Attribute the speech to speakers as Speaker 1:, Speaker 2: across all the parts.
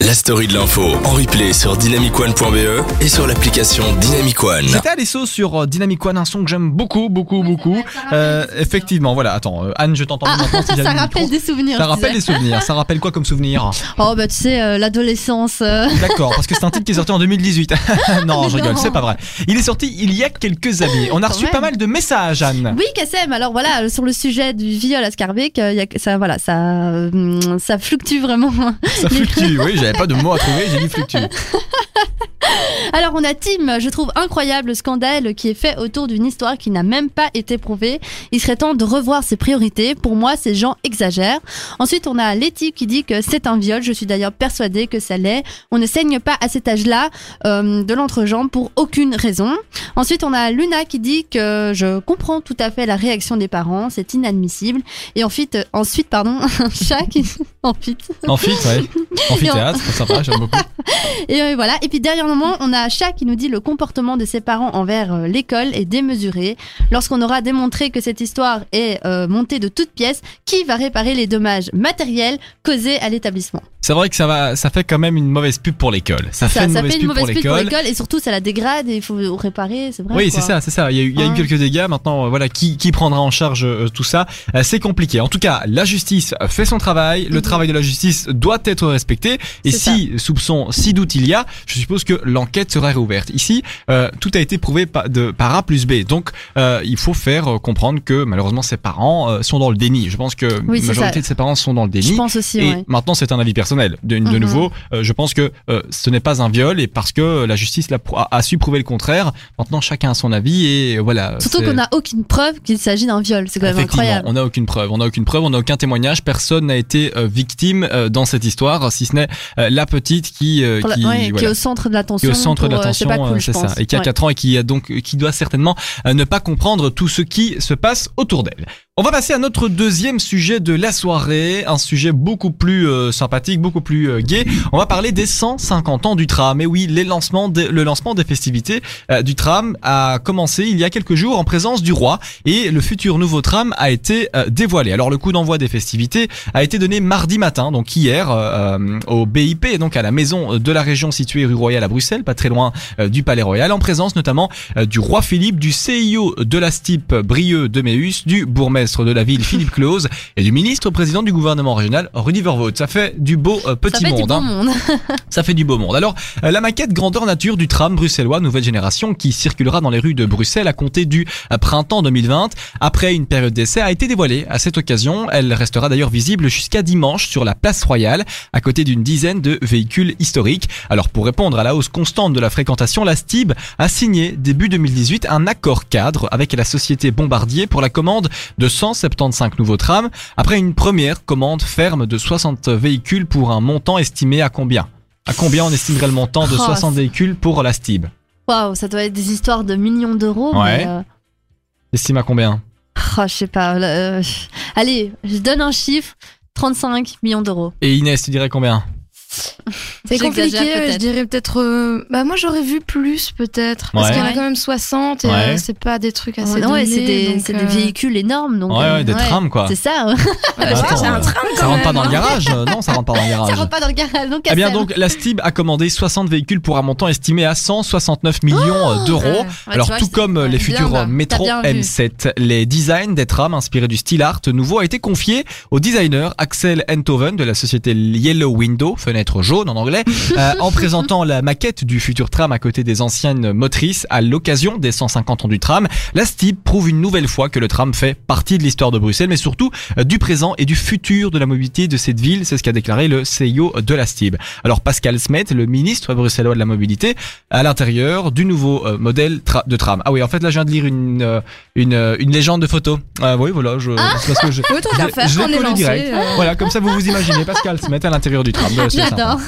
Speaker 1: la story de l'info en replay sur dynamicone.be E et sur l'application Dynamic One.
Speaker 2: C'était Alesso sur euh, Dynamic One, un son que j'aime beaucoup, beaucoup, beaucoup. Euh, effectivement, voilà, attends, euh, Anne, je t'entends
Speaker 3: Ah,
Speaker 2: maintenant. si
Speaker 3: ça
Speaker 2: j'avais le
Speaker 3: rappelle
Speaker 2: micro.
Speaker 3: des souvenirs.
Speaker 2: Ça
Speaker 3: je
Speaker 2: rappelle
Speaker 3: disais.
Speaker 2: des souvenirs. Ça rappelle quoi comme souvenir
Speaker 3: Oh bah tu sais, euh, l'adolescence. euh,
Speaker 2: D'accord, parce que c'est un titre qui est sorti en 2018. non,
Speaker 3: Mais
Speaker 2: je rigole,
Speaker 3: non.
Speaker 2: c'est pas vrai. Il est sorti il y a quelques années. On a
Speaker 3: Quand
Speaker 2: reçu
Speaker 3: même.
Speaker 2: pas mal de messages, Anne.
Speaker 3: Oui, Kassem, alors voilà, euh, sur le sujet du viol à Scarbeck, euh, il y a que- ça, voilà, ça, euh, ça fluctue vraiment.
Speaker 2: Ça fluctue, oui, j'avais pas de mots à trouver, j'ai dit fluctue.
Speaker 3: Alors on a Tim, je trouve incroyable le scandale qui est fait autour d'une histoire qui n'a même pas été prouvée. Il serait temps de revoir ses priorités. Pour moi, ces gens exagèrent. Ensuite, on a Letty qui dit que c'est un viol. Je suis d'ailleurs persuadée que ça l'est. On ne saigne pas à cet âge-là euh, de l'entrejambe pour aucune raison. Ensuite, on a Luna qui dit que je comprends tout à fait la réaction des parents. C'est inadmissible. Et ensuite, euh, ensuite pardon, un chat qui... Ensuite.
Speaker 2: Amphithéâtre, ouais. Amphithéâtre, sympa, j'aime beaucoup.
Speaker 3: Et euh, voilà. Et puis dernièrement, on a Chat qui nous dit le comportement de ses parents envers euh, l'école est démesuré. Lorsqu'on aura démontré que cette histoire est euh, montée de toutes pièces, qui va réparer les dommages matériels causés à l'établissement
Speaker 2: C'est vrai que ça, va, ça fait quand même une mauvaise pub pour l'école. Ça, fait
Speaker 3: Ça,
Speaker 2: une
Speaker 3: ça
Speaker 2: mauvaise
Speaker 3: fait
Speaker 2: pub
Speaker 3: une mauvaise
Speaker 2: pour
Speaker 3: pub pour
Speaker 2: l'école.
Speaker 3: l'école et surtout ça la dégrade et il faut réparer, c'est vrai.
Speaker 2: Oui,
Speaker 3: quoi.
Speaker 2: c'est ça, c'est ça. Il y a eu, il y a eu
Speaker 3: Hein.
Speaker 2: quelques dégâts. Maintenant, euh, voilà, qui, qui prendra en charge euh, tout ça Euh, C'est compliqué. En tout cas, la justice euh, fait son travail. Le
Speaker 3: Mhm.
Speaker 2: travail de la justice doit être respecté. Et
Speaker 3: C'est
Speaker 2: si soupçon, si doute il y a, je suppose que l'enquête sera réouverte. Ici, euh, tout a été prouvé par, de, par A plus B. Donc, euh, il faut faire euh, comprendre que malheureusement, ses parents euh, sont dans le déni. Je pense que
Speaker 3: Oui,
Speaker 2: la
Speaker 3: c'est
Speaker 2: majorité
Speaker 3: ça.
Speaker 2: de ses parents sont dans le déni.
Speaker 3: Je pense aussi,
Speaker 2: Et
Speaker 3: ouais.
Speaker 2: maintenant, c'est un avis personnel. De, de
Speaker 3: Mhm.
Speaker 2: nouveau, euh, je pense que euh, ce n'est pas un viol et parce que la justice l'a prou- a, a su prouver le contraire. Maintenant, chacun a son avis et euh, voilà.
Speaker 3: Surtout
Speaker 2: c'est-
Speaker 3: qu'on n'a aucune preuve qu'il s'agit d'un viol, c'est quand même
Speaker 2: Effectivement,
Speaker 3: incroyable.
Speaker 2: on n'a aucune preuve, on n'a aucune preuve, on n'a aucun témoignage. Personne n'a été euh, victime euh, dans cette histoire, si ce n'est euh, la petite qui, euh,
Speaker 3: Pour la-
Speaker 2: qui,
Speaker 3: ouais,
Speaker 2: voilà,
Speaker 3: Qui est au centre de
Speaker 2: qui
Speaker 3: l'attention.
Speaker 2: est au centre de
Speaker 3: pour, euh,
Speaker 2: l'attention,
Speaker 3: C'est pas cool,
Speaker 2: euh,
Speaker 3: je
Speaker 2: c'est ça,
Speaker 3: pense.
Speaker 2: et qui a
Speaker 3: Ouais.
Speaker 2: 4 ans et qui a donc qui doit certainement euh, ne pas comprendre tout ce qui se passe autour d'elle. On va passer à notre deuxième sujet de la soirée, un sujet beaucoup plus euh, sympathique, beaucoup plus euh, gai. On va parler des 150 ans du tram. Et oui, les lancements des- le lancement des festivités euh, du tram a commencé il y a quelques jours en présence du roi et le futur nouveau tram a été euh, dévoilé. Alors le coup d'envoi des festivités a été donné mardi matin, donc hier, euh, euh, au BIP, donc à la maison de la région située rue Royale à Bruxelles, pas très loin euh, du Palais Royal, en présence notamment euh, du roi Philippe, du CIO de la STIP Brieux de Méus, du bourgmestre de la ville Philippe Clause et du ministre président du gouvernement régional Rudy Vervoort. Ça fait du beau euh,
Speaker 3: Ça
Speaker 2: petit
Speaker 3: fait
Speaker 2: monde.
Speaker 3: du bon
Speaker 2: hein.
Speaker 3: monde.
Speaker 2: Ça fait du beau monde. Alors, euh, la maquette grandeur nature du tram bruxellois nouvelle génération qui circulera dans les rues de Bruxelles à compter du euh, printemps 2020 après une période d'essai a été dévoilée. À cette occasion, elle restera d'ailleurs visible jusqu'à dimanche sur la place royale à côté d'une dizaine de véhicules historiques. Alors, pour répondre à la hausse constante de la fréquentation, la STIB a signé début 2018 un accord cadre avec la société Bombardier pour la commande de 175 nouveaux trams après une première commande ferme de 60 véhicules pour un montant estimé à combien à combien on estimerait le montant de
Speaker 3: Oh,
Speaker 2: 60 véhicules pour la STIB
Speaker 3: Waouh, ça doit être des histoires de millions d'euros.
Speaker 2: Ouais.
Speaker 3: mais, euh,
Speaker 2: Estime à combien
Speaker 3: Oh, je sais pas. là, euh, Allez, je donne un chiffre 35 millions d'euros.
Speaker 2: Et Inès, tu dirais combien
Speaker 4: C'est
Speaker 3: J'exagère
Speaker 4: compliqué, ouais, je
Speaker 3: peut-être.
Speaker 4: dirais peut-être. euh, bah, moi, j'aurais vu plus, peut-être. Parce
Speaker 2: Ouais.
Speaker 4: qu'il y en a
Speaker 3: Ouais.
Speaker 4: quand même 60 et euh,
Speaker 2: Ouais.
Speaker 4: c'est pas des trucs assez.
Speaker 3: Ouais, ouais,
Speaker 4: donnés,
Speaker 3: c'est des,
Speaker 4: donc,
Speaker 3: c'est
Speaker 4: euh,
Speaker 3: des véhicules énormes. Donc,
Speaker 2: Ouais,
Speaker 3: euh,
Speaker 2: ouais, des trams quoi.
Speaker 3: C'est ça. hein.
Speaker 4: ouais,
Speaker 2: Attends,
Speaker 4: c'est un
Speaker 2: euh,
Speaker 4: tram quand
Speaker 2: Ça rentre pas
Speaker 4: même,
Speaker 2: dans le
Speaker 4: hein.
Speaker 2: garage euh, Non, ça rentre pas dans le
Speaker 3: Ça
Speaker 2: garage.
Speaker 3: rentre pas dans le garage. Donc,
Speaker 2: Eh bien
Speaker 3: Kassem.
Speaker 2: donc, la STIB a commandé 60 véhicules pour un montant estimé à 169 millions euh, d'euros.
Speaker 4: Ouais.
Speaker 2: Alors tout comme les
Speaker 4: bien, hein.
Speaker 2: futurs
Speaker 4: là.
Speaker 2: euh, métro
Speaker 3: T'as bien vu.
Speaker 2: M7, les designs des trams inspirés du style art nouveau a été confié au designer Axel Enthoven de la société Yellow Window, fenêtre jaune en anglais, euh, en présentant la maquette du futur tram à côté des anciennes motrices à l'occasion des 150 ans du tram. La STIB prouve une nouvelle fois que le tram fait partie de l'histoire de Bruxelles, mais surtout euh, du présent et du futur de la mobilité de cette ville. C'est ce qu'a déclaré le CEO de la STIB. Alors Pascal Smet, le ministre bruxellois de la mobilité, à l'intérieur du nouveau euh, modèle tra- de tram. Ah oui, en fait là je viens de lire une euh, une, euh, une légende de photo. Ah oui, voilà, je c'est parce que je
Speaker 4: Oui, tant
Speaker 2: je
Speaker 4: qu'à
Speaker 2: l'ai-
Speaker 4: faire,
Speaker 2: je l'ai
Speaker 4: on est
Speaker 2: collé
Speaker 4: lancé,
Speaker 2: direct. hein.
Speaker 4: euh.
Speaker 2: Voilà, comme ça vous vous imaginez Pascal Smet à l'intérieur du tram. Voilà, c'est sympa.
Speaker 3: J'adore.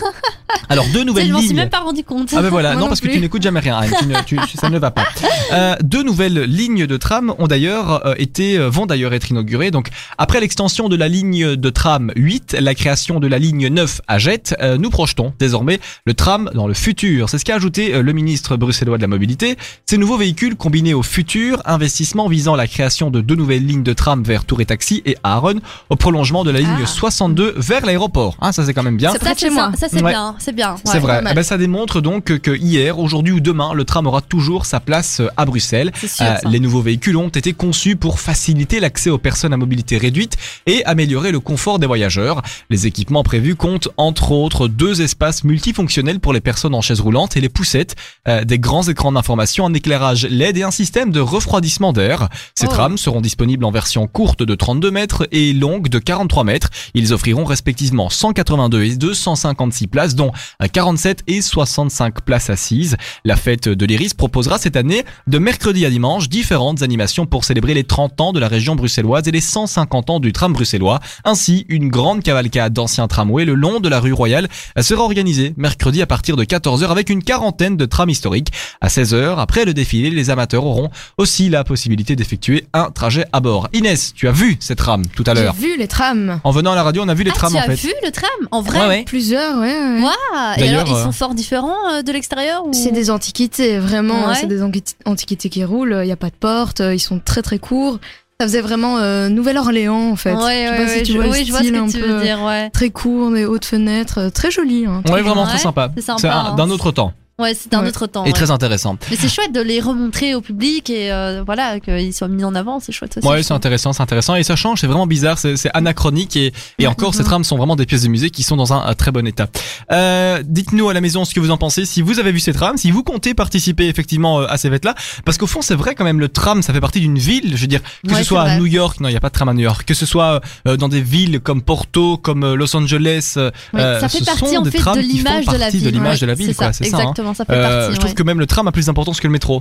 Speaker 2: Alors deux
Speaker 3: Tu sais,
Speaker 2: nouvelles
Speaker 3: Je m'en suis
Speaker 2: lignes.
Speaker 3: même pas rendu compte.
Speaker 2: Ah ben voilà,
Speaker 4: Moi
Speaker 2: non,
Speaker 4: non
Speaker 2: parce que
Speaker 4: plus.
Speaker 2: tu n'écoutes jamais rien, Anne. Tu ne- tu- tu- ça ne va pas. Euh, deux nouvelles lignes de tram ont d'ailleurs euh, été euh, vont d'ailleurs être inaugurées. Donc après l'extension de la ligne de tram 8, la création de la ligne 9 à Jette, euh, nous projetons désormais le tram dans le futur. C'est ce qu'a ajouté euh, le ministre bruxellois de la mobilité. Ces nouveaux véhicules combinés au futur, investissement visant la création de deux nouvelles lignes de tram vers Tour et Taxi et Aaron au prolongement de la ligne
Speaker 4: Ah.
Speaker 2: 62 vers l'aéroport. Hein, ça c'est quand même bien.
Speaker 4: C'est près de
Speaker 3: Ça,
Speaker 4: chez moi.
Speaker 3: Ça, c'est
Speaker 2: Ouais.
Speaker 3: bien. C'est bien. ouais.
Speaker 2: C'est vrai.
Speaker 4: normal.
Speaker 2: Eh ben, ça démontre donc que, que hier, aujourd'hui ou demain, le tram aura toujours sa place euh, à Bruxelles.
Speaker 3: C'est sûr,
Speaker 2: Euh,
Speaker 3: ça.
Speaker 2: les nouveaux véhicules ont été conçus pour faciliter l'accès aux personnes à mobilité réduite et améliorer le confort des voyageurs. Les équipements prévus comptent entre autres deux espaces multifonctionnels pour les personnes en chaise roulante et les poussettes, euh, des grands écrans d'information, un éclairage LED et un système de refroidissement d'air. Ces
Speaker 3: Oh.
Speaker 2: trams seront disponibles en version courte de 32 mètres et longue de 43 mètres. Ils offriront respectivement 182 et 256 places, dont 47 et 65 places assises. La fête de l'Iris proposera cette année de mercredi à dimanche, différentes animations pour célébrer les 30 ans de la région bruxelloise et les 150 ans du tram bruxellois. Ainsi, une grande cavalcade d'anciens tramways le long de la rue Royale sera organisée mercredi à partir de 14h avec une quarantaine de trams historiques. À 16h, après le défilé, les amateurs auront aussi la possibilité d'effectuer un trajet à bord. Inès, tu as vu ces trams tout à
Speaker 4: J'ai
Speaker 2: l'heure.
Speaker 4: vu les trams.
Speaker 2: En venant à la radio, on a vu les
Speaker 3: Ah,
Speaker 2: trams
Speaker 3: tu
Speaker 2: en
Speaker 3: as
Speaker 2: fait.
Speaker 3: vu le tram En vrai
Speaker 4: Plusieurs, ouais. ouais.
Speaker 3: Waouh Et
Speaker 2: D'ailleurs,
Speaker 3: alors, ils
Speaker 2: euh,
Speaker 3: sont fort différents euh, de l'extérieur ou...
Speaker 4: C'est des antiquités, vraiment.
Speaker 3: Ouais.
Speaker 4: C'est des anqui- antiquités qui roulent. Il n'y a pas de porte. euh, Ils sont très très courts. Ça faisait vraiment euh, Nouvelle-Orléans en fait.
Speaker 3: Ouais,
Speaker 4: Je sais
Speaker 3: ouais,
Speaker 4: pas
Speaker 3: ouais,
Speaker 4: si tu
Speaker 3: je,
Speaker 4: vois le
Speaker 3: oui, je vois ce
Speaker 4: style
Speaker 3: que
Speaker 4: un
Speaker 3: tu
Speaker 4: peu,
Speaker 3: veux
Speaker 4: euh,
Speaker 3: dire, ouais.
Speaker 4: Très court, des hautes fenêtres, euh, très joli. hein.
Speaker 2: Ouais, vraiment très
Speaker 3: Ouais,
Speaker 2: sympa.
Speaker 3: c'est sympa,
Speaker 2: un-
Speaker 3: hein.
Speaker 2: d'un autre temps
Speaker 3: Ouais, c'est un
Speaker 4: Ouais.
Speaker 3: autre temps.
Speaker 2: et
Speaker 3: ouais.
Speaker 2: très intéressant.
Speaker 3: Mais c'est chouette de les remontrer au public et euh, voilà, qu'ils soient mis en avant, c'est chouette aussi.
Speaker 2: Ouais,
Speaker 3: je
Speaker 2: c'est
Speaker 3: trouve.
Speaker 2: intéressant, c'est intéressant. Et ça change, c'est vraiment bizarre, c'est c'est anachronique. Et, et encore,
Speaker 3: Mm-hmm.
Speaker 2: ces trames sont vraiment des pièces de musée qui sont dans un, un très bon état. Euh, Dites-nous à la maison ce que vous en pensez, si vous avez vu ces trames, si vous comptez participer effectivement euh, à ces fêtes-là. Parce qu'au fond, c'est vrai quand même, le tram, ça fait partie d'une ville. Je veux dire, que
Speaker 3: Ouais,
Speaker 2: ce
Speaker 3: c'est
Speaker 2: soit à
Speaker 3: vrai.
Speaker 2: New York, non, il n'y a pas de tram à New York. Que ce soit euh, dans des villes comme Porto, comme euh, Los Angeles. euh,
Speaker 3: Ouais,
Speaker 2: euh,
Speaker 3: ça fait
Speaker 2: ce
Speaker 3: partie
Speaker 2: sont
Speaker 3: en
Speaker 2: des
Speaker 3: fait
Speaker 2: trams
Speaker 3: de
Speaker 2: qui font
Speaker 3: l'image de la
Speaker 2: partie
Speaker 3: ville.
Speaker 2: de l'image
Speaker 3: ouais.
Speaker 2: de la ville,
Speaker 3: c'est
Speaker 2: quoi,
Speaker 3: ça,
Speaker 2: c'est ça, hein.
Speaker 3: Exactement, ça fait
Speaker 2: euh,
Speaker 3: partie.
Speaker 2: je trouve
Speaker 3: ouais.
Speaker 2: que même le tram a plus d'importance que le métro.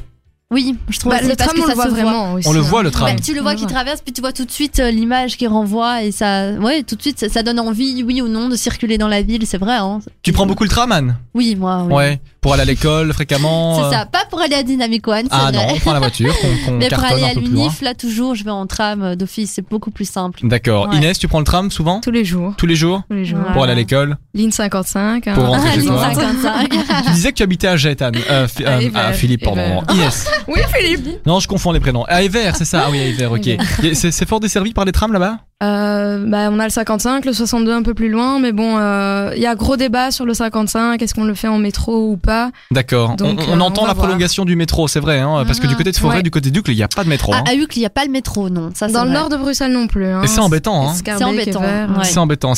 Speaker 3: Oui, je trouve
Speaker 4: Bah,
Speaker 3: aussi
Speaker 4: le
Speaker 3: parce
Speaker 4: tram,
Speaker 3: que
Speaker 4: on
Speaker 3: ça
Speaker 4: le voit
Speaker 3: se voit.
Speaker 4: vraiment aussi.
Speaker 2: On le
Speaker 4: hein.
Speaker 2: voit, le
Speaker 3: Ouais,
Speaker 2: tram.
Speaker 3: tu le
Speaker 4: On
Speaker 3: vois
Speaker 4: le
Speaker 3: qui
Speaker 4: voit.
Speaker 3: traverse, puis tu vois tout de suite euh, l'image qui renvoie et ça, ouais, tout de suite, ça, ça donne envie, oui ou non, de circuler dans la ville, c'est vrai. Hein.
Speaker 2: Tu prends beaucoup le tram, Anne
Speaker 3: Oui, moi. Oui.
Speaker 2: Ouais. Pour aller à l'école fréquemment.
Speaker 3: C'est
Speaker 2: euh,
Speaker 3: ça, pas pour aller à Dynamic One, c'est
Speaker 2: Ah
Speaker 3: vrai.
Speaker 2: non, on prend la voiture, qu'on qu'on
Speaker 3: Mais pour
Speaker 2: cartonne
Speaker 3: aller
Speaker 2: un
Speaker 3: à
Speaker 2: peu plus loin.
Speaker 3: l'UNIF, là toujours, je vais en tram euh, d'office, c'est beaucoup plus simple.
Speaker 2: D'accord.
Speaker 3: Ouais.
Speaker 2: Inès, tu prends le tram souvent
Speaker 4: Tous les jours.
Speaker 2: Tous les jours
Speaker 4: Tous les jours.
Speaker 3: Ouais.
Speaker 2: Pour aller à l'école
Speaker 4: Ligne 55. hein.
Speaker 2: Pour rentrer
Speaker 3: Ah,
Speaker 2: chez
Speaker 3: ligne
Speaker 2: toi.
Speaker 3: 55.
Speaker 2: Tu disais que tu habitais à Jetan. Euh, Fi- euh,
Speaker 4: À Evere.
Speaker 2: ah, Philippe, pardon.
Speaker 4: Evere.
Speaker 2: Inès.
Speaker 4: Oui, Philippe.
Speaker 2: Non, je confonds les prénoms. À Ever, c'est ça Ah oui, à Ever, ok. Et C'est c'est fort desservi par les trams là-bas
Speaker 4: Euh, bah, on a le 55, le 62 un peu plus loin, mais bon, euh, il y a gros débat sur le 55. Est-ce qu'on le fait en métro ou pas
Speaker 2: D'accord. On,
Speaker 4: Donc,
Speaker 2: on
Speaker 4: euh,
Speaker 2: entend
Speaker 4: on va Ah,
Speaker 2: la prolongation du métro, c'est vrai, hein, parce que du côté de Forêt,
Speaker 4: Ouais.
Speaker 2: du côté d'Ucle, il n'y a pas de métro.
Speaker 3: Ah,
Speaker 2: hein.
Speaker 3: à Uccle, il n'y a pas le métro, non. Ça, c'est
Speaker 4: Dans le
Speaker 3: vrai.
Speaker 4: nord de Bruxelles non plus. hein.
Speaker 2: Et c'est embêtant, hein.
Speaker 4: Scarbeck,
Speaker 3: C'est embêtant,
Speaker 4: Evere,
Speaker 3: ouais.
Speaker 2: C'est embêtant.